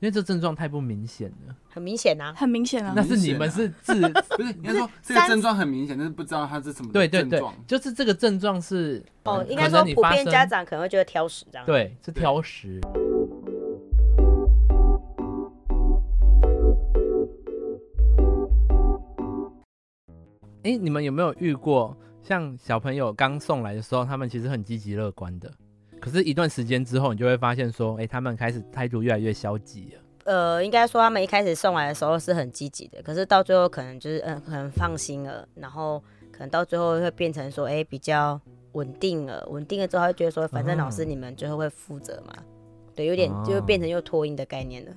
因为这症状太不明显了。很明显啊，很明显啊那。是你们是自不是应该说这个三症状很明显，但是不知道它是什么对的对症对状。，就是这个症状是哦呃，应该可说能你普发遍生家长可能会觉得挑食这样。，对是对挑食。哎、你们有没有遇过像小朋友刚送来的时候，他们其实很积极乐观的，可是，一段时间之后，你就会发现说，哎、他们开始态度越来越消极了。呃，应该说他们一开始送来的时候是很积极的，可是到最后可能就是嗯、呃很放心了，然后可能到最后会变成说，哎、比较稳定了，稳定了之后他就觉得说，反正老师哦你们最后会负责嘛，对，有点就哦变成又脱音的概念了。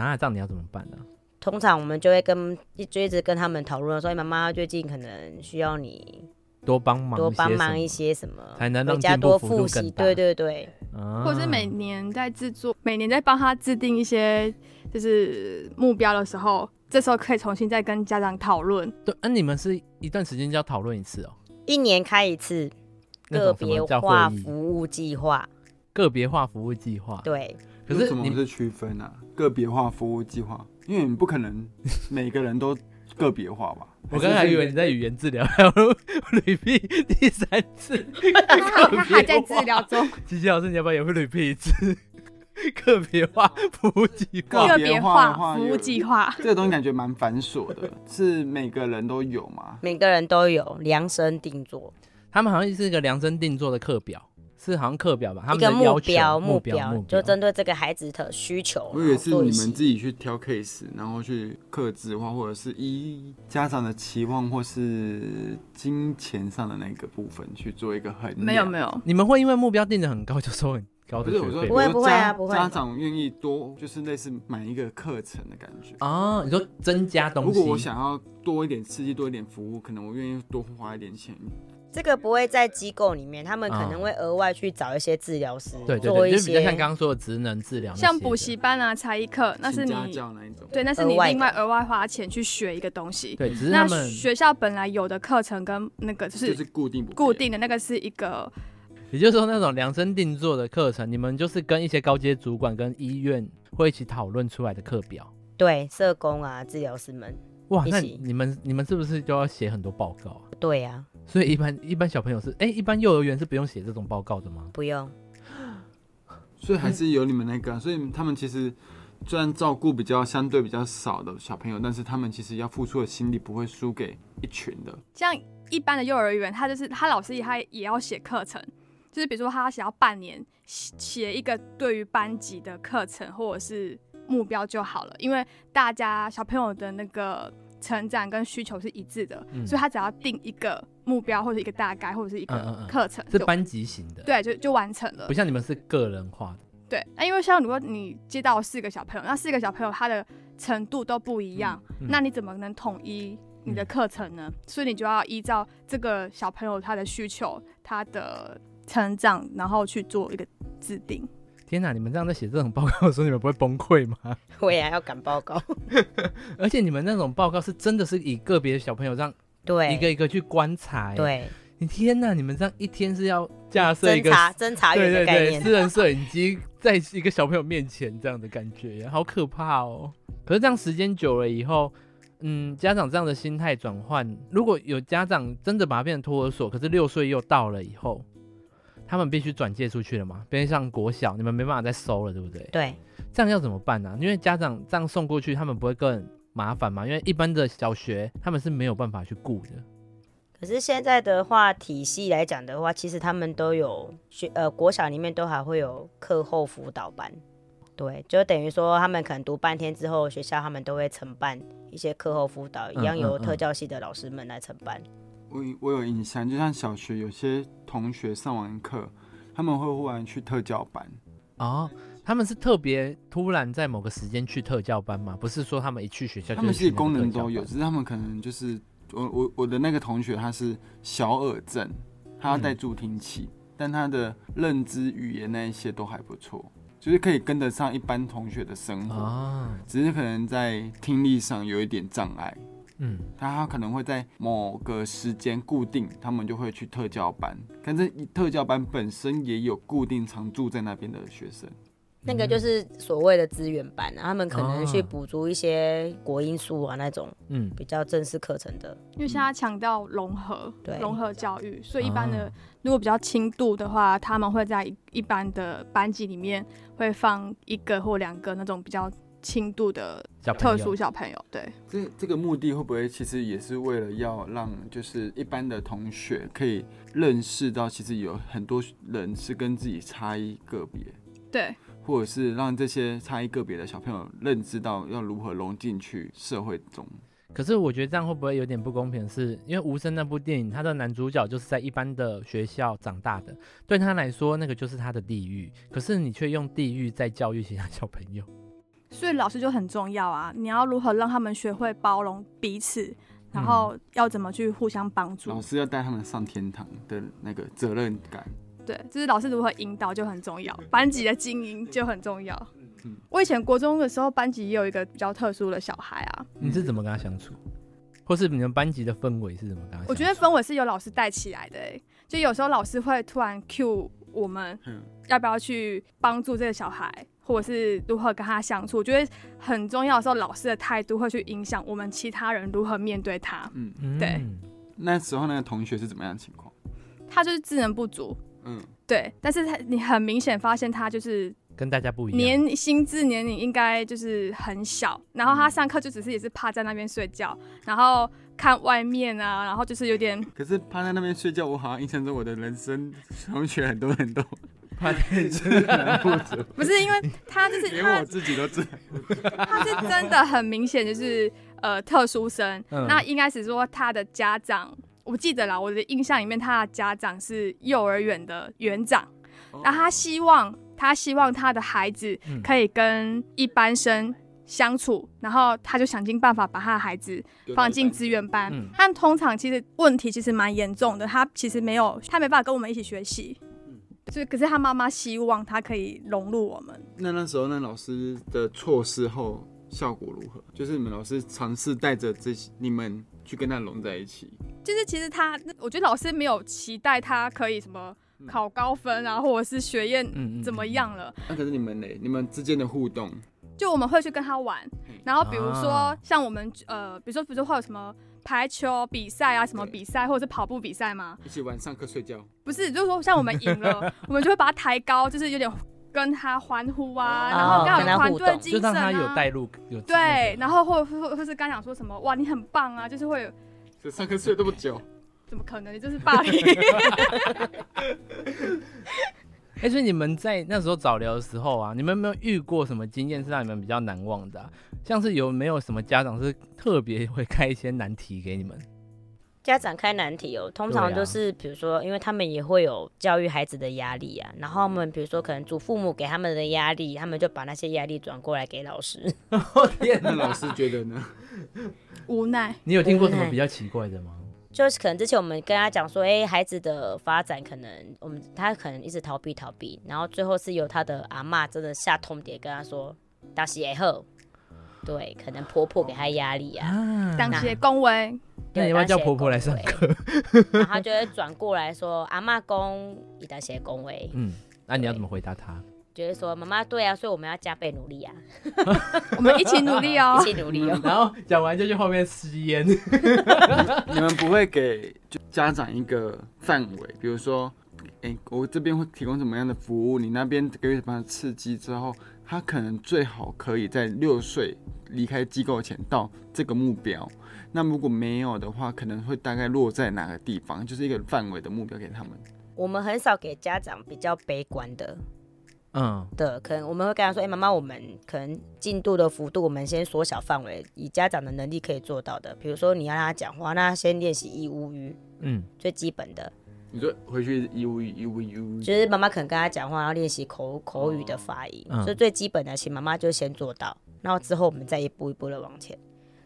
啊，这样你要怎么办呢、通常我们就会跟一就一直跟他们讨论说，哎妈妈最近可能需要你多帮忙，多帮忙一些些什么，才能让回家进步多幅度复习，更大对对对，什么，啊或者是每年在制作，每年在帮他制定一些就是目标的时候，这时候可以重新再跟家长讨论。对，那、你们是一段时间就要讨论一次哦、一年开一次那个种什别么叫化会议？啊服务计划，个别化服务计划。对。可为是什么你不是区分啊？个别化服务计划，因为你不可能每个人都个别化吧？我刚才以为你在语言治疗，还 有捋 p 第三次，他个别化还在治疗中，琪琪老师，你要不要也会捋 p 一次？个别化服务计划个个别别化化服有务计划。这个东西感觉蛮繁琐的，是每个人都有吗？每个人都有量身定做他们好像是一个量身定做的课表，是好像课表吧？他一们个的要求目标，目标目就标。针对这个孩子的需求。我以为是你然后哦们做一自些己去挑 case，然后去克制化，或者是依家长的期望或是金钱上的那个部分去做一个衡量。没有没有，你们会因为目标定的很高就收很高不的是学我说，费不会比如说会啊家不会家长愿意多，就是类似买一个课程的感觉。啊？你说增加东如西？果我想要多一点刺激，多一点服务，可能我愿意多花一点钱。这个不会在机构里面，他们可啊能会额外去找一些治疗师对对做对，一就比较些像刚刚说的职能治疗那些的，像补习班啊、才艺课，那是请家你教那一种。对，那是你额外的另外额外花钱去学一个东西。对，只是那他们，学校本来有的课程跟那个就就是是固定不变固。定的那个是一个也就是说那种量身定做的课程，你们就是跟一些高阶主管跟医院会一起讨论出来的课表。对社工啊、治疗师们。哇，一那起你们你们是不是就要写很多报告啊？对啊，所以一般一般小朋友是，哎、一般幼儿园是不用写这种报告的吗？不用，所以还是有你们那个啊、所以他们其实虽然照顾比较相对比较少的小朋友，但是他们其实要付出的心力不会输给一群的。像一般的幼儿园，他就是他老师他也要写课程，就是比如说他想要半年写写一个对于班级的课程或者是目标就好了，因为大家小朋友的那个成长跟需求是一致的，嗯所以他只要定一个目标或者一个大概或者是一嗯嗯个嗯课程是就班级型啊的，，对就就完成了不。像你们是个人化的。对，那因为像如果你接到四个小朋友，那四个小朋友他的程度都不一样，嗯那你怎么能统一你的课程呢？所以你就要依照这个小朋友他的需求、他的成长，然后去做一个制定。天哪、你们这样在写这种报告的时候，你们不会崩溃吗？ 我也要赶报告。而且你们那种报告是真的是以个别小朋友这样 一个对一个去观察、欸。，对，你天哪、你们这样一天是要架设一侦个查侦查对员对的概对念。私人摄影机在一个小朋友面前这样的感觉，好可怕哦。可是这样时间久了以后，嗯，家长这样的心态转换，如果有家长真的把它变成托儿所，可是六岁又到了以后，他们必须转介出去了嘛，变成上国小，你们没办法再收了，对不对？对，这样要怎么办呢、因为家长这样送过去，他们不会更麻烦嘛？因为一般的小学他们是没有办法去顾的。可是现在的话，体系来讲的话，其实他们都有学呃国小里面都还会有课后辅导班，对，就等于说他们可能读半天之后，学校他们都会承办一些课后辅导，一样嗯由嗯特教系的老师们来承办。我我有印象，就像小学有些同学上完课，他们会忽然去特教班，哦，他们是特别突然在某个时间去特教班吗？不是说他们一去学校就他们是其实去那个功能特教都有，班只是他们可能就是我我我的那个同学他是小耳症，他要戴嗯助听器，但他的认知语言那一些都还不错，就是可以跟得上一般同学的生活，啊，只是可能在听力上有一点障碍。嗯，他他可能会在某个时间固定，他们就会去特教班，但是特教班本身也有固定常住在那边的学生，那个就是所谓的资源班、啊，他们可能去哦补足一些国音素啊那种嗯，比较正式课程的。因为现在强调融合，对融合教育，所以一般的、啊如果比较轻度的话，他们会在一一般的班级里面会放一个或两个那种比较轻度的小朋特友殊小朋友，对，这这个目的会不会其实也是为了要让就是一般的同学可以认识到，其实有很多人是跟自己差异个别，对，或者是让这些差异个别的小朋友认知到要如何融进去社会中。可是我觉得这样会不会有点不公平是？因为《无声》那部电影，它的男主角就是在一般的学校长大的，对他来说那个就是他的地狱。可是你却用地狱在教育其他小朋 友，所以老师就很重要啊！你要如何让他们学会包容彼此，然后要怎么去互相帮助？嗯老师要带他们上天堂的那个责任感，对，就是老师如何引导就很重要，班级的经营就很重要嗯。我以前国中的时候，班级也有一个比较特殊的小孩啊，你是怎么跟他相处？嗯或是你们班级的氛围是怎么跟他相处？我觉得氛围是由老师带起来的、欸，就有时候老师会突然 cue 我们嗯要不要去帮助这个小孩，或者是如何跟他相处。我觉得很重要的时候，老师的态度会去影响我们其他人如何面对他。嗯，嗯对那时候那个同学是怎么样的情况？他就是智能不足，嗯，对，但是他你很明显发现他就是跟大家不一样。年心智年龄应该就是很小，然后他上课就只是也是趴在那边睡觉，然后看外面啊，然后就是 有点可是趴在那边睡觉，我好像印象中我的人生同学很多人都怕不是因为他就是连他我自己都知道。 他是真的很明显就是呃特殊生，嗯那应该是说他的家长，我记得啦，我的印象里面他的家长是幼儿园的园长，那啊他希望他希望他的孩子哦嗯可以跟一般生相处，然后他就想尽办法把他的孩子放进资源班。嗯但通常其实问题其实蛮严重的，他其实没有他没办法跟我们一起学习。嗯所以，可是他妈妈希望他可以融入我们。那那时候那老师的措施后效果如何？就是你们老师尝试带着这些你们去跟他融在一起，就是其实他，我觉得老师没有期待他可以什么考高分啊，或者是学业嗯嗯嗯怎么样了。那、可是你们嘞，你们之间的互动，就我们会去跟他玩嗯，然后比如说啊像我们呃，比如说比如说会有什么排球比赛啊，什么对比赛或者是跑步比赛吗？一起晚上课睡觉，不是，就是说像我们赢 了，我们就会把他抬高，就是有点跟他欢呼啊，然后哦跟他跟他有团互队动精就神让他啊，有带入，有对，然后或或或是刚讲说什么哇，你很棒啊，就是会有这上课睡这么久，怎么可能？就是霸凌。哎、所以你们在那时候早聊的时候啊，你们有没有遇过什么经验是让你们比较难忘的啊、像是有没有什么家长是特别会开一些难题给你们？家长开难题哦，通常对啊都是比如说，因为他们也会有教育孩子的压力嗯啊，然后他们比如说可能祖父母给他们的压力，他们就把那些压力转过来给老师。 哦天那老师觉得呢？ 无奈，你有听过什么比较奇怪的吗？就是可能之前我们跟他讲说，哎、孩子的发展可能我们他可能一直逃避逃避，然后最后是由他的阿嬷真的下通牒跟他说，打死以后，对，可能婆婆给他压力啊，啊，当些恭维， 那你要不要叫婆婆来上课？然后他就会转过来说，阿嬷公一打写恭维，嗯，那、你要怎么回答他？就是说妈妈对啊，所以我们要加倍努力啊，我们一起努力哦 一。起努力哦。然后讲完就去后面吸烟。你们不会给就家长一个范围，比如说，哎、我这边会提供什么样的服务，你那边给予什么样的刺激之后，他可能最好可以在六岁离开机构前到这个目标。那如果没有的话，可能会大概落在哪个地方，就是一个范围的目标给他们。我们很少给家长比较悲观的嗯，的，可能我们会跟他说：“哎、妈妈，我们可能进度的幅度，我们先缩小范围，以家长的能力可以做到的。比如说你要让他讲话，那先练习一乌语，嗯，最基本的，你说回去一五一五一五，就是妈妈可能跟他讲话，然后练习口口语的发音，嗯所以最基本的，请妈妈就先做到，然后之后我们再一步一步的往前。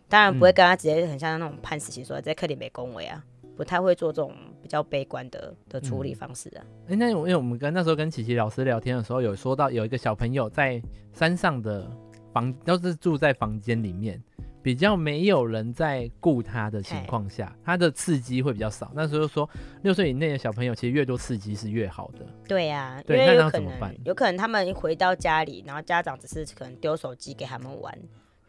当然不嗯会跟他直接很像那种判死刑，说在课里没恭维啊，不太会做这种比较悲观的的处理方式啊。哎、那我因为我们跟那时候跟琪琪老师聊天的时候，有说到有一个小朋友在山上的房，都是住在房间里面，比较没有人在顾他的情况下，他的刺激会比较少。那时候说，六岁以内的小朋友其实越多刺激是越好的。对呀、因对为那有要可怎么办能有可能他们一回到家里，然后家长只是可能丢手机给他们玩，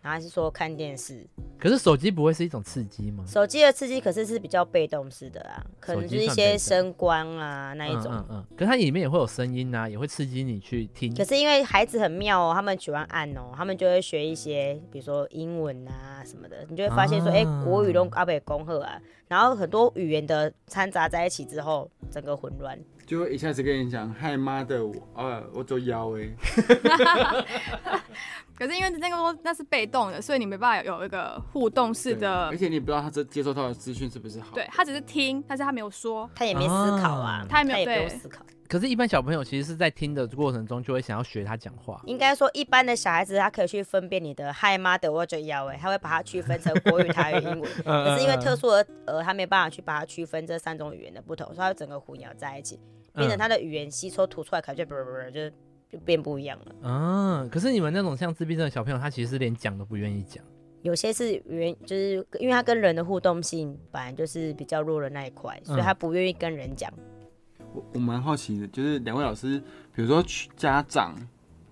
然后是说看电视，可是手机不会是一种刺激吗？手机的刺激可是是比较被动式的啊，可能就是一手机算被些动声光啊那一种。嗯嗯嗯。可是它里面也会有声音啊，也会刺激你去听。可是因为孩子很妙哦，他们喜欢按哦，他们就会学一些，比如说英文啊什么的，你就会发现说，啊哎、国语都阿北恭贺啊，然后很多语言的掺杂在一起之后，整个混乱。就会一下子跟你讲，嗨妈的我，啊，我做妖哎， 可是因为那个东那是被动的，所以你没办法有一个互动式的而，且你不知道他这接收到的资讯是不是好，对，他只是听，但是他没有说，他也没思考啊啊，他也没有不用对思考。可是，一般小朋友其实是在听的过程中就会想要学他讲话。应该说，一般的小孩子他可以去分辨你的嗨妈的我就要哎、他会把它区分成国语、台语、英 文。可是因为特殊儿呃，他没办法去把它区分这三种语言的不同，所以他会整个混淆在一起，嗯变成他的语言吸收吐出来，可能就不不不就就变不一样了。嗯，可是你们那种像自闭症的小朋友，他其实连讲都不愿意讲。有些是原就是因为他跟人的互动性本来就是比较弱的那一块，所嗯以他不愿意跟人讲。我我蛮好奇的，就是两位老师，比如说去家长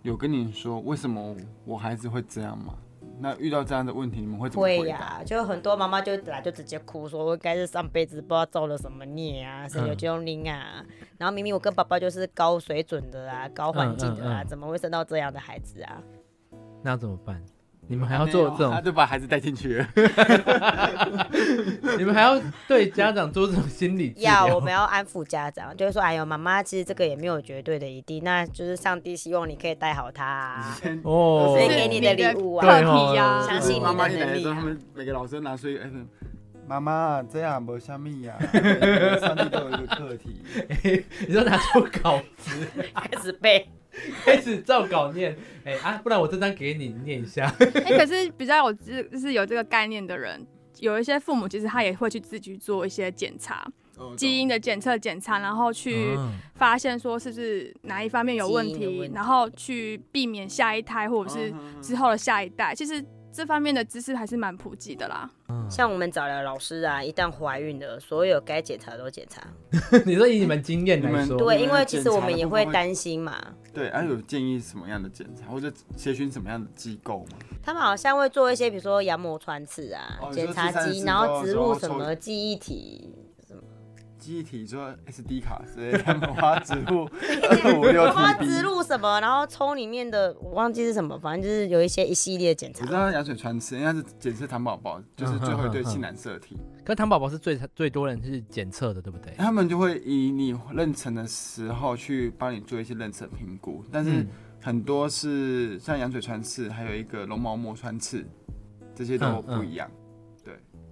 有跟你说为什么我孩子会这样吗？那遇到这样的问题，你们会怎么会回呀、答？就很多妈妈就来就直接哭说，我应该是上辈子不知道造了什么孽啊，谁嗯有这种命啊。然后明明我跟爸爸就是高水准的啊，高环境的嗯啊，嗯嗯怎么会生到这样的孩子啊？那要怎么办？你们还要做这他种，啊就把孩子带进去 了。 你们还要对家长做这种心理治要疗？我们要安抚家长，就是说，哎呦，妈妈，其实这个也没有绝对的一定，那就是上帝希望你可以带好他、啊。哦所以给你的礼物啊课对哦题呀，相信你的妈妈一来能的力时候，啊他们每个老师都拿出哎一个 iPhone，妈妈这样不像蜜 呀，上帝都有一个课题。你就拿出稿纸 开始背，开始照稿念。 哎、啊，不然我这张给你念一下。哎、可是比较有这就是有这个概念的人，有一些父母其实他也会去自己做一些检查，哦基因的检测检查，然后去嗯发现说是不是哪一方面有问基因题，的问题嗯然后去避免下一胎或者嗯是之后的下一代。其实这方面的知识还是蛮普及的啦。像我们找的老师啊，一旦怀孕了，所有该检查都检查。 你说以你们经验你来们说，对，你因们为其实检查我的们也部会分会担心嘛。嗯对，还、有建议什么样的检查，或者咨询什么样的机构吗？他们好像会做一些，比如说羊膜穿刺啊哦，你说检查第三机，次然后植入之什后抽么记忆体。记忆体说 SD 卡之类的，他们花植入二五六我不知道植 TB。入什么，然后抽里面的，我忘记是什么，反正就是有一些一系列检查我知。道羊水穿刺，因为它是检测糖宝宝，就是嗯最后一对性染色体，可是糖宝宝是最最多人是检测的，对不对？他们就会以你妊娠的时候去帮你做一些妊娠评估，但是嗯很多是像羊水穿刺，还有一个绒毛膜穿刺，这些都嗯嗯不一样。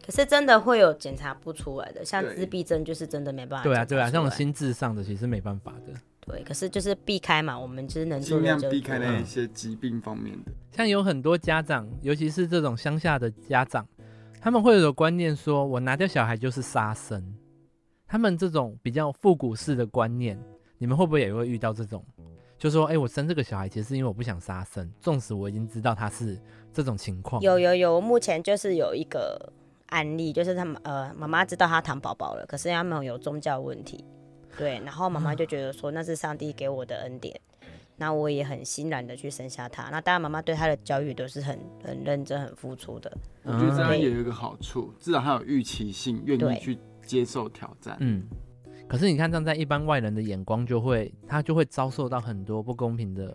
可是真的会有检查不出来的，像对自闭症就是真的没办法检对啊，查出对来。啊，这种心智上的其实没办法的。对，可是就是避开嘛，我们就是能做尽的量就避开做嗯那一些疾病方面的。像有很多家长，尤其是这种乡下的家长，他们会有观念说，我拿掉小孩就是杀生。他们这种比较复古式的观念，你们会不会也会遇到这种？就说，哎、我生这个小孩其实是因为我不想杀生，纵使我已经知道他是这种情况。有有有，目前就是有一个案例，就是他们呃，妈妈知道她糖宝宝了，可是他们有宗教问题，对，然后妈妈就觉得说那是上帝给我的恩典，那我也很欣然的去生下他。那当然，妈妈对他的教育都是很很认真、很付出的。我觉得这样嗯也有一个好处，至少它有预期性，愿对意去接受挑战。嗯，可是你看，站在一般外人的眼光，就会他就会遭受到很多不公平的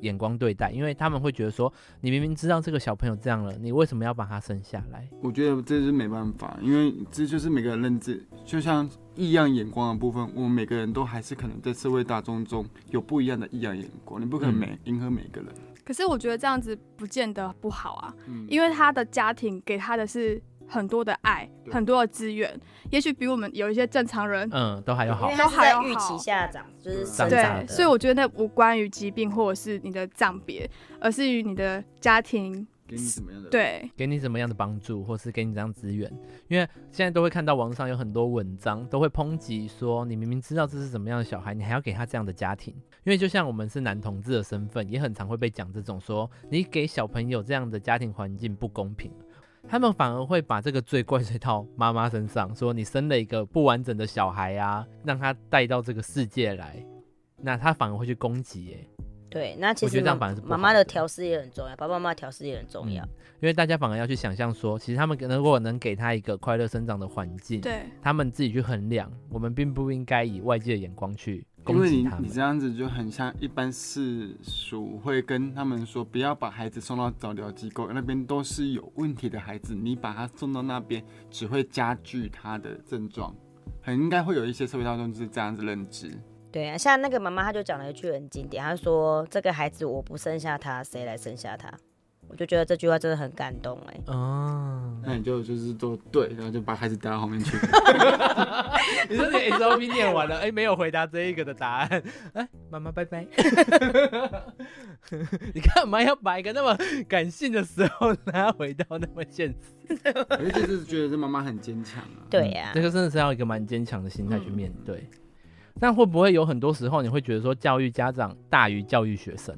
眼光对待，因为他们会觉得说，你明明知道这个小朋友这样了，你为什么要把他生下来？我觉得这是没办法，因为这就是每个人认知，就像异样眼光的部分，我们每个人都还是可能在社会大众中有不一样的异样眼光，你不可能每迎合每个人。可是我觉得这样子不见得不好啊，嗯，因为他的家庭给他的是很多的爱，对很多的资源，也许比我们有一些正常人嗯，都还有好因为。都他是还在要预期好下长，就是长生大长对，的。所以我觉得那无关于疾病或者是你的障别，而是于你的家庭。给你什么样的？，对，给你什么样的帮助，或是给你怎样资源？因为现在都会看到网上有很多文章都会抨击说，你明明知道这是怎么样的小孩，你还要给他这样的家庭。因为就像我们是男同志的身份，也很常会被讲这种说，你给小朋友这样的家庭环境不公平。他们反而会把这个罪怪罪到妈妈身上，说你生了一个不完整的小孩啊，让他带到这个世界来，那他反而会去攻击、耶，对，那其我觉得实这样妈反而是不妈好妈的嗯的调试也很重要，爸爸妈妈调试也很重要。因为大家反而要去想象说，其实他们如果能给他一个快乐生长的环境，对，他们自己去衡量，我们并不应该以外界的眼光去因攻为击你他你们。这样子就很像一般世俗会跟他们说，不要把孩子送到早疗机构，那边都是有问题的孩子，你把他送到那边只会加剧他的症状，很应该会有一些社会大众就是这样子认知。对啊，像那个妈妈，她就讲了一句很经典，她说：“这个孩子我不生下他，谁来生下他？”我就觉得这句话真的很感动哎、哦，那你就就是都对，然后就把孩子带到后面去。 你说你 SOP 念完了，哎、没有回答这一个的答案，哎、妈妈拜 拜。你干嘛要把一个那么感性的时候拉回到那么现实？ 而且就是觉得这妈妈很坚强啊。对呀、嗯这个真的是要一个蛮坚强的心态去面对。但会不会有很多时候你会觉得说教育家长大于教育学生？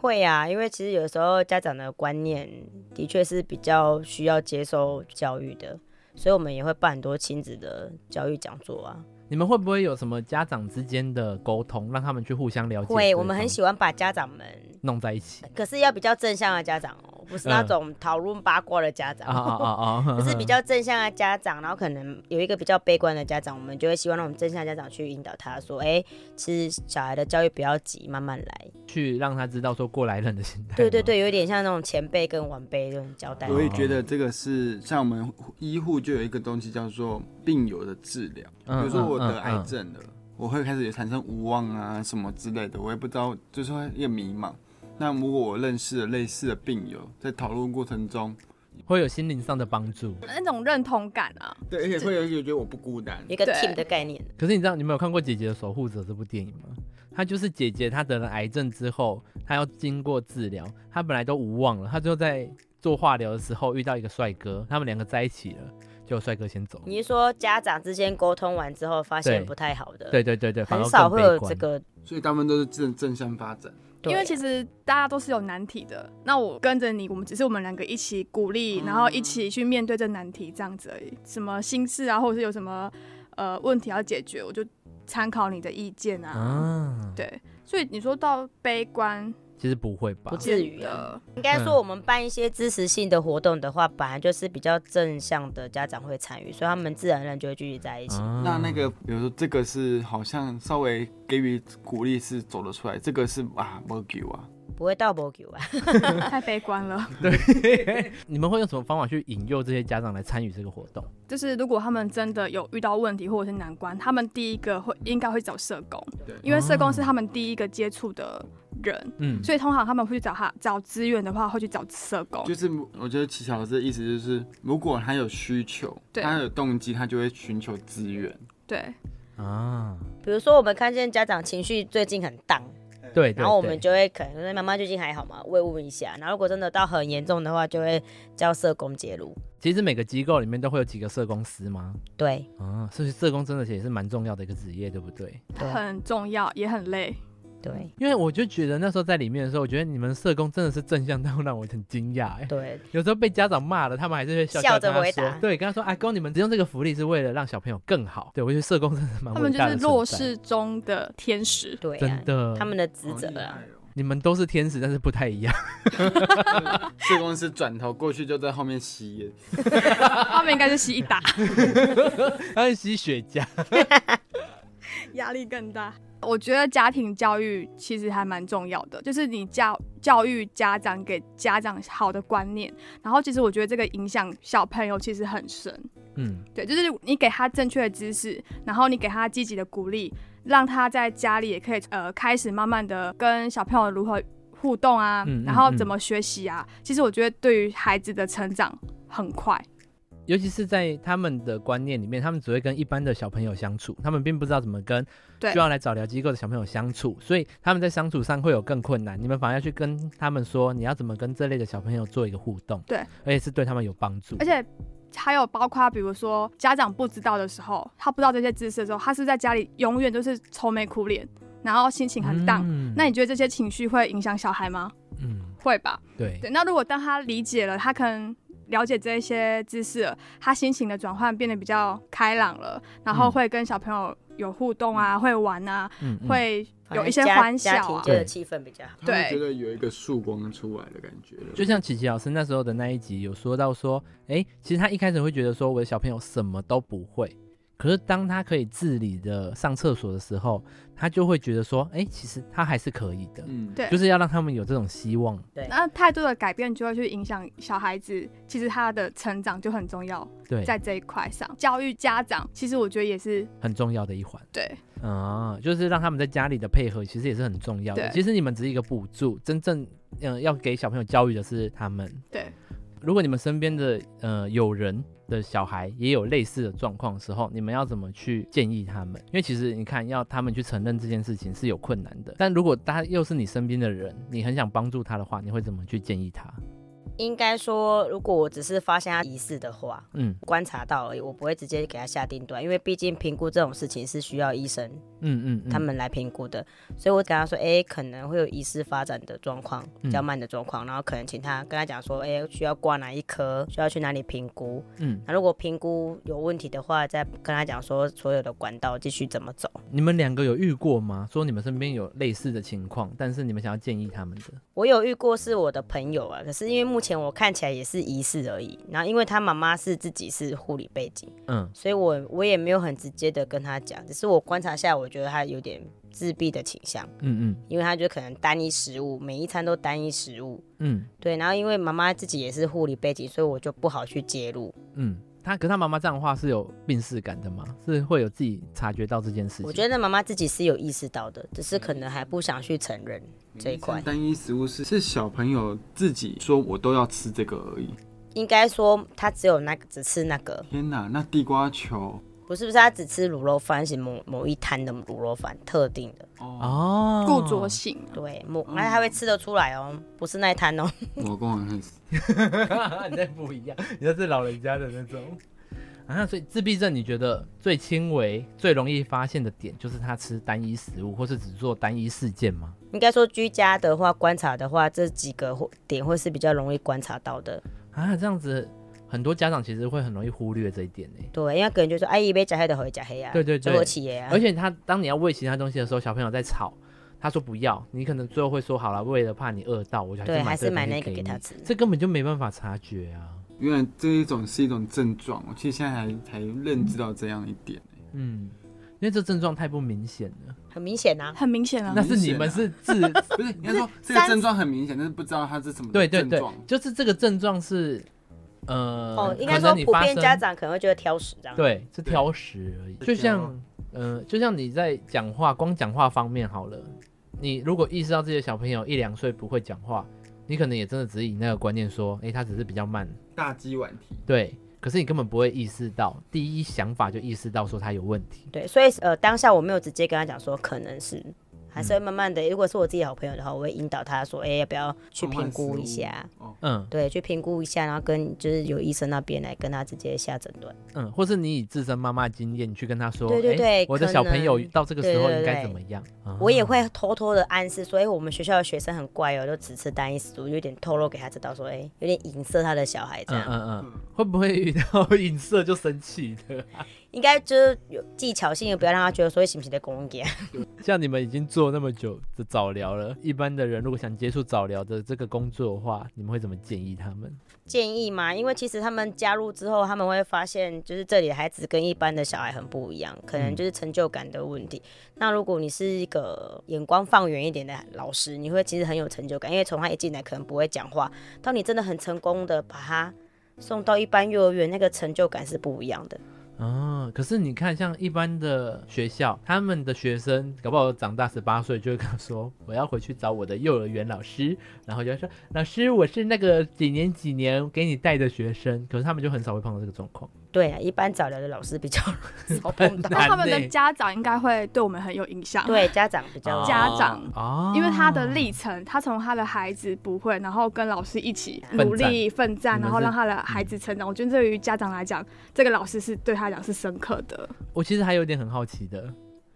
会呀、因为其实有时候家长的观念的确是比较需要接受教育的，所以我们也会办很多亲子的教育讲座啊。你们会不会有什么家长之间的沟通，让他们去互相了解？会，我们很喜欢把家长们，弄在一 起。可是要比较正向的家长哦，不是那嗯种讨论八卦的家长。哦啊啊啊啊！就是比较正向的家长，然后可能有一个比较悲观的家长，我们就会希望那种正向的家长去引导他说：“哎、其实小孩的教育不要急，慢慢来。去让他知道说过来人的心”态。对对，对，有点像那种前辈跟晚辈这种交代。我也觉得这个是像我们医护就有一个东西叫做病友的治疗，比嗯如说我得嗯癌。嗯嗯症了，我会开始产生无望啊什么之类的，我也不知道，就是会也迷茫。那如果我认识了类似的病友，在讨论过程中，会有心灵上的帮助。那种认同感啊，对，而且会有一种觉得我不孤单有。一个对 team 的概念，可是你知道你们有看过《姐姐的守护者》这部电影吗？她就是姐姐，她得了癌症之后，她要经过治疗，她本来都无望了，她最后在做化疗的时候遇到一个帅哥，他们两个在一起了，结果帅哥先走。你是说家长之间沟通完之后发对现不太好的，对，对对对，反而很更少会悲有观这。个，所以他们都是正正向发展。对因为其实大家都是有难题的。那我跟着你，我们只是我们两个一起鼓励，然后一起去面对这难题，这样子而已。什么心事啊，或者是有什么呃问题要解决，我就参考你的意见啊。啊，对，所以你说到悲观其实不会吧不？至于啊。的，应该嗯说我们办一些支持性的活动的话，本来就是比较正向的家长会参与，所以他们自然而然就会聚集在一起。啊那那个，比如说这个是好像稍微给予鼓励是走得出来，这个是啊没救啊，不会到 b o 啊，太悲观了。你们会用什么方法去引诱这些家长来参与这个活动？就是如果他们真的有遇到问题或者是难关，他们第一个会应该会找社工，因为社工是他们第一个接触的人，嗯，所以通常他们会去找他找资源的话，会去找社工。就是我觉得乞巧这意思就是，如果他有需求，对他有动机，他就会寻求资源。对，啊，比如说，我们看见家长情绪最近很荡，对，对然后我们对就会可能说哎妈妈最近还好吗？慰问一下。然后如果真的到很严重的话，就会叫社工介入。其实每个机构里面都会有几个社工师吗？对，啊，所以社工真的也是蛮重要的一个职业，对不对？对，很重要，也很累。对，因为我就觉得那时候在里面的时候，我觉得你们社工真的是正向到让我很惊讶、哎，对， 有时候被家长骂了，他们还是会笑笑笑着跟他回说答对，跟他说：“阿公，你们只用这个福利是为了让小朋友更好。”对，我觉得社工真的蛮他伟们就大是的弱存在，势中的天使，对啊真，的。他们的职责好厉啊害。哦你们都是天使，但是不太一样。社工师转头过去就在后面吸烟，他们应该是吸一打，他们吸雪茄， 压力更大。我觉得家庭教育其实还蛮重要的，就是你教教育家长，给家长好的观念，然后其实我觉得这个影响小朋友其实很深。嗯，对，就是你给他正确的知识，然后你给他积极的鼓励，让他在家里也可以呃开始慢慢的跟小朋友如何互动啊，嗯嗯然后怎么学习啊。其实我觉得对于孩子的成长很快，尤其是在他们的观念里面，他们只会跟一般的小朋友相处，他们并不知道怎么跟对需要来找疗机构的小朋友相处，所以他们在相处上会有更困难。你们反而要去跟他们说，你要怎么跟这类的小朋友做一个互动，对，而且是对他们有帮助。而且还有包括比如说家长不知道的时候，他不知道这些知识的时候，他是在家里永远都是愁眉苦脸，然后心情很荡。嗯那你觉得这些情绪会影响小孩吗？嗯，会吧。对，对，那如果当他理解了，他可能了解这一些知识了，他心情的转换变得比较开朗了，然后嗯会跟小朋友有互动啊，会玩啊，嗯，嗯会有一些反正家欢笑家庭啊。界的气氛比较好。他会对觉得有一个曙光出来的感觉了。就像琪琪老师那时候的那一集有说到说，诶，其实他一开始会觉得说我的小朋友什么都不会，可是当他可以自理的上厕所的时候，他就会觉得说，诶，其实他还是可以的，嗯，对就是要让他们有这种希望。那态度的改变就会去影响小孩子，其实他的成长就很重要，对，在这一块上，教育家长其实我觉得也是很重要的一环对，啊，就是让他们在家里的配合，其实也是很重要的。对其实你们只是一个补助，真正嗯、呃要给小朋友教育的是他们。对，如果你们身边的呃友人的小孩也有类似的状况的时候，你们要怎么去建议他们？因为其实你看，要他们去承认这件事情是有困难的。但如果他又是你身边的人，你很想帮助他的话，你会怎么去建议他？应该说，如果我只是发现他疑似的话，嗯观察到而已，我不会直接给他下定断，因为毕竟评估这种事情是需要医生嗯嗯，嗯他们来评估的，所以我跟他说，哎、可能会有疑似发展的状况，比嗯较慢的状况，然后可能请他跟他讲说，哎、需要挂哪一科，需要去哪里评估，嗯，那如果评估有问题的话，再跟他讲说所有的管道继续怎么走。你们两个有遇过吗？说你们身边有类似的情况，但是你们想要建议他们的。我有遇过是我的朋友啊，可是因为目前我看起来也是疑似而已，然后因为他妈妈是自己是护理背景，嗯所以我我也没有很直接的跟他讲，只是我观察下，我觉得他有点自闭的倾向，嗯因为他就可能单一食物，每一餐都单一食物。嗯嗯对，然后因为妈妈自己也是护理背景，所以我就不好去介入，嗯，他可是他妈妈这样的话是有病视感的吗？是会有自己察觉到这件事情？我觉得妈妈自己是有意识到的，只是可能还不想去承认这一块。单一食物是是小朋友自己说，我都要吃这个而已。应该说他只有那个只吃那个，天哪，那地瓜球不是不是他只吃卤肉饭，是某某一摊的卤肉饭特定的，哦，哦，固着啊性，对，某嗯那他会吃得出来哦，不是那一摊哦。 我跟我很那不一样， 你那是老人家的那种。 啊，所以自闭症你觉得最轻微、最容易发现的点，就是他吃单一食物，或是只做单一事件吗？应该说居家的话，观察的话，这几个会点会是比较容易观察到的。啊，这样子很多家长其实会很容易忽略这一点呢、对，因为可能就说，哎，一杯加黑的回加黑啊，对对对就我起耶啊而。且他当你要喂其他东西的时候，小朋友在吵，他说不要，你可能最后会说好了，为了怕你饿到，我就对，还还是是买买这那东西个给他你吃。这根本就没办法察觉啊。原来这一种是一种症状，我其实现在还才认知到这样一点。嗯，因为这症状太不明显了。很明显啊，很明显啊那，明是你显们啊是 自不是，应该说这个三症状很明显，但是不知道它是什么对对 症对状。，就是这个症状是，呃，哦，应该可能说你普发遍生家长可能会觉得挑食这样。，对是对挑食而已，就是挑像，呃，就像你在讲话，光讲话方面好了，你如果意识到自己的小朋友一两岁不会讲话，你可能也真的只是以那个观念说，诶，他只是比较慢，大鸡晚提，对，可是你根本不会意识到，第一想法就意识到说他有问题，对，所以呃，当下我没有直接跟他讲说可能是，还嗯是会慢慢的。如果是我自己好朋友的话，我会引导他说，哎、要不要去换换评估食一物下？哦，嗯对，去评估一下，然后跟就是有医生那边来跟他直接下诊断。嗯，或是你以自身妈妈经验去跟他说，对对诶对我的可小朋友能到这个对时候对应该对怎么样，啊我也会偷偷的暗示说，哎、我们学校的学生很怪哦，都只吃单一食物，有点透露给他知道说，哎、有点影射他的小孩这嗯样。嗯嗯，会不会遇到影射就生气的？ 应该就是有技巧性的，不要让他觉得说哎行不行得公给。像你们已经做那么久的早疗了，一般的人如果想接触早疗的这个工作的话，你们会怎么建议他们？建议嘛，因为其实他们加入之后，他们会发现，就是这里的孩子跟一般的小孩很不一样，可能就是成就感的问题。那如果你是一个眼光放远一点的老师，你会其实很有成就感，因为从他一进来可能不会讲话，到你真的很成功的把他送到一般幼儿园，那个成就感是不一样的。哦，可是你看，像一般的学校，他们的学生搞不好长大十八岁就会跟他说，我要回去找我的幼儿园老师，然后就会说，老师，我是那个几年几年给你带的学生，可是他们就很少会碰到这个状况。对啊，一般早疗的老师比较 少碰到，那他们难呢的家长应该会对我们很有影响，对家长比较哦家长。哦，因为他的历程，他从他的孩子不会，然后跟老师一起战努力奋战，你们是然后让他的孩子成长。我觉得对于家长来讲，这个老师是对他来讲是深刻的。我其实还有点很好奇的，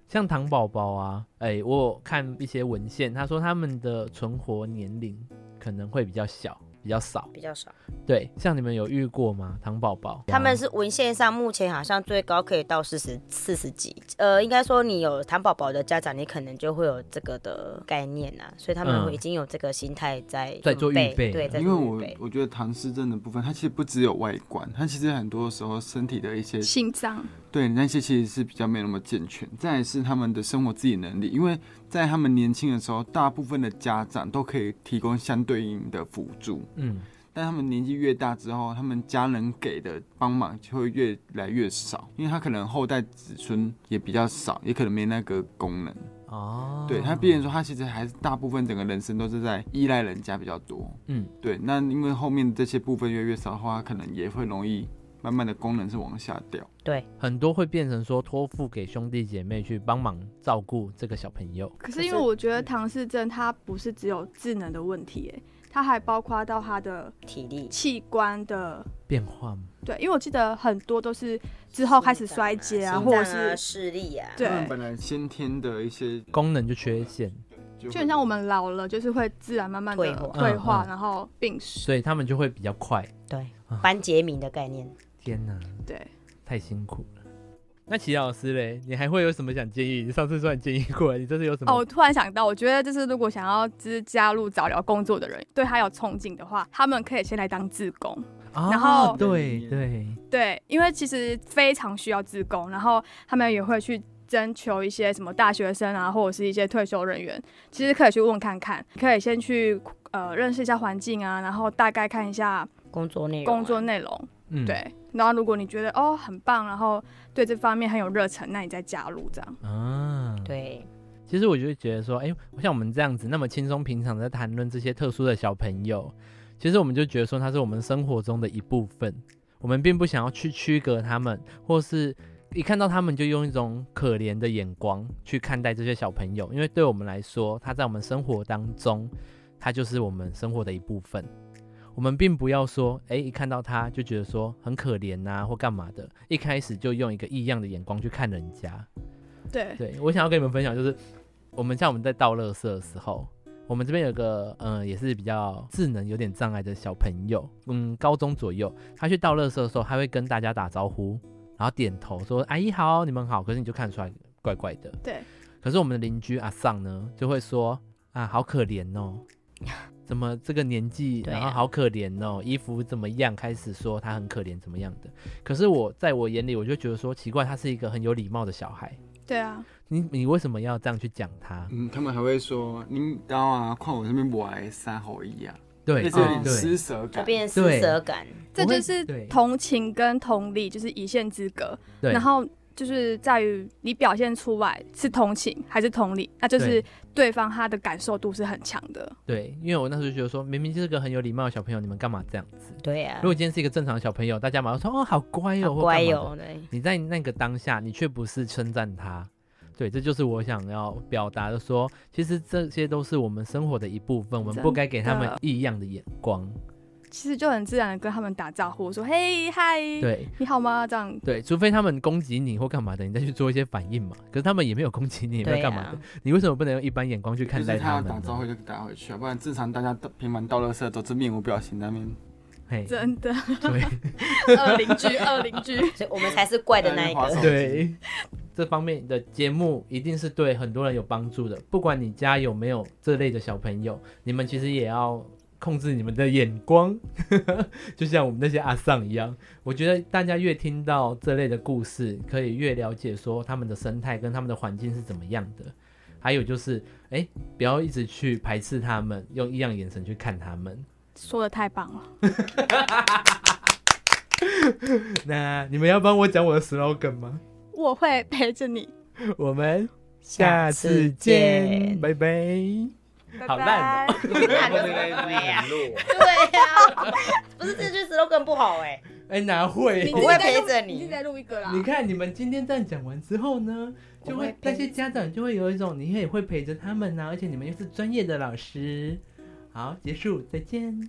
像糖宝宝啊，哎、我有看一些文献，他说他们的存活年龄可能会比较小，比较少。比较少。对，像你们有遇过吗？糖宝宝，他们是文献上目前好像最高可以到四十四十几，呃，应该说你有糖宝宝的家长，你可能就会有这个的概念呐、所以他们嗯会已经有这个心态在在做预准备对，了在因为做预我备。我觉得唐氏症的部分，它其实不只有外观，它其实很多时候身体的一些心脏对那些其实是比较没有那么健全。再来是他们的生活自理能力，因为在他们年轻的时候，大部分的家长都可以提供相对应的辅助，嗯，但他们年纪越大之后，他们家人给的帮忙就会越来越少，因为他可能后代子孙也比较少，也可能没那个功能。哦，对他，毕竟说他其实还是大部分整个人生都是在依赖人家比较多。嗯，对。那因为后面这些部分越来越少的话，他可能也会容易慢慢的功能是往下掉。对，很多会变成说托付给兄弟姐妹去帮忙照顾这个小朋友。可可是因为是我觉得唐氏症它不是只有智能的问题，哎，它还包括到它的体力器官的。变化吗？对，因为我记得很多都是之后开始衰竭啊，心或者脏啊是视力啊，对他们本来先天的一些功能就缺陷，就就很像我们老了，就是会自然慢慢的退化退化，嗯嗯然后病逝。所以他们就会比较快。对啊，班杰明的概念。天哪，对，太辛苦了。那齐老师嘞，你还会有什么想建议？你上次说你建议过了，你这次有什么？哦，我突然想到，我觉得就是如果想要就是加入早疗工作的人，对他有憧憬的话，他们可以先来当志工。啊然后对对，对，因为其实非常需要志工，然后他们也会去征求一些什么大学生啊，或者是一些退休人员，其实可以去问看看，可以先去呃认识一下环境啊，然后大概看一下工作内容啊、工作内容，嗯，对。然后如果你觉得哦很棒，然后对这方面很有热忱，那你再加入这样。啊，。对，其实我就觉得说，哎、像我们这样子那么轻松平常地在谈论这些特殊的小朋友，其实我们就觉得说他是我们生活中的一部分，我们并不想要去区隔他们，或是一看到他们就用一种可怜的眼光去看待这些小朋友，因为对我们来说，他在我们生活当中，他就是我们生活的一部分。我们并不要说，哎、一看到他就觉得说很可怜呐、或干嘛的，一开始就用一个异样的眼光去看人家。对，对我想要跟你们分享，就是我们像我们在倒垃圾的时候，我们这边有个嗯、呃也是比较智能有点障碍的小朋友，嗯，高中左右，他去倒垃圾的时候，他会跟大家打招呼，然后点头说“阿姨好，你们好”，可是你就看得出来怪怪的。对。可是我们的邻居阿尚呢，就会说啊，好可怜哦。怎么这个年纪，对啊然后好可怜哦，衣服怎么样？开始说他很可怜，怎么样的？可是我在我眼里，我就觉得说奇怪，他是一个很有礼貌的小孩，对啊，你你为什么要这样去讲他？嗯，他们还会说您刀啊，看我这边我来三好一啊，对对哦类似有点对施舍就感。变成施舍感。这我会就是对同情跟同理，就是一线之隔。对，然后就是在于你表现出来是同情还是同理，那就是对对方他的感受度是很强的。对，因为我那时候就觉得说，明明就是个很有礼貌的小朋友，你们干嘛这样子？对啊如，果今天是一个正常的小朋友，大家马上说哦，好乖好哦，或干乖嘛的哦，对，你在那个当下，你却不是称赞他。对，这就是我想要表达的说，其实这些都是我们生活的一部分，我们真不该给他们的异样的眼光。其实就很自然的跟他们打招呼，说嘿嗨，对 你好吗？这样对，除非他们攻击你或干嘛的，你再去做一些反应嘛。可是他们也没有攻击你，也没有对干嘛啊的，，你为什么不能用一般眼光去就看是待他要们打呢？招呼就打回去啊，不然正常大家都平凡到垃圾都是面无表情在那边。嘿，真的对。二邻居，二邻居，所以我们才是怪的那一 在那边划个手。对， 这方面的节目一定是对很多人有帮助的。不管你家有没有这类的小朋友，你们其实也要控制你们的眼光， 就像我们那些阿丧一样。我觉得大家越听到这类的故事，可以越了解说他们的生态跟他们的环境是怎么样的。还有就是，哎，不要一直去排斥他们，用异样眼神去看他们。 说的太棒了。那你们要帮我讲我的 slogan 吗？我会陪着你，我们下下次次见，见拜拜。好烂拜哪拜。个鬼啊？ 对呀，不是这句 slogan 不好哎，哎、哪会 你？我会自己啊再录陪着你你自己再录一个啦。你看你们今天这样讲完之后呢，就我会会陪那些家长就会有一种你也会陪着他们啊呐、而且你们又是专业的老师。好，结束，再见。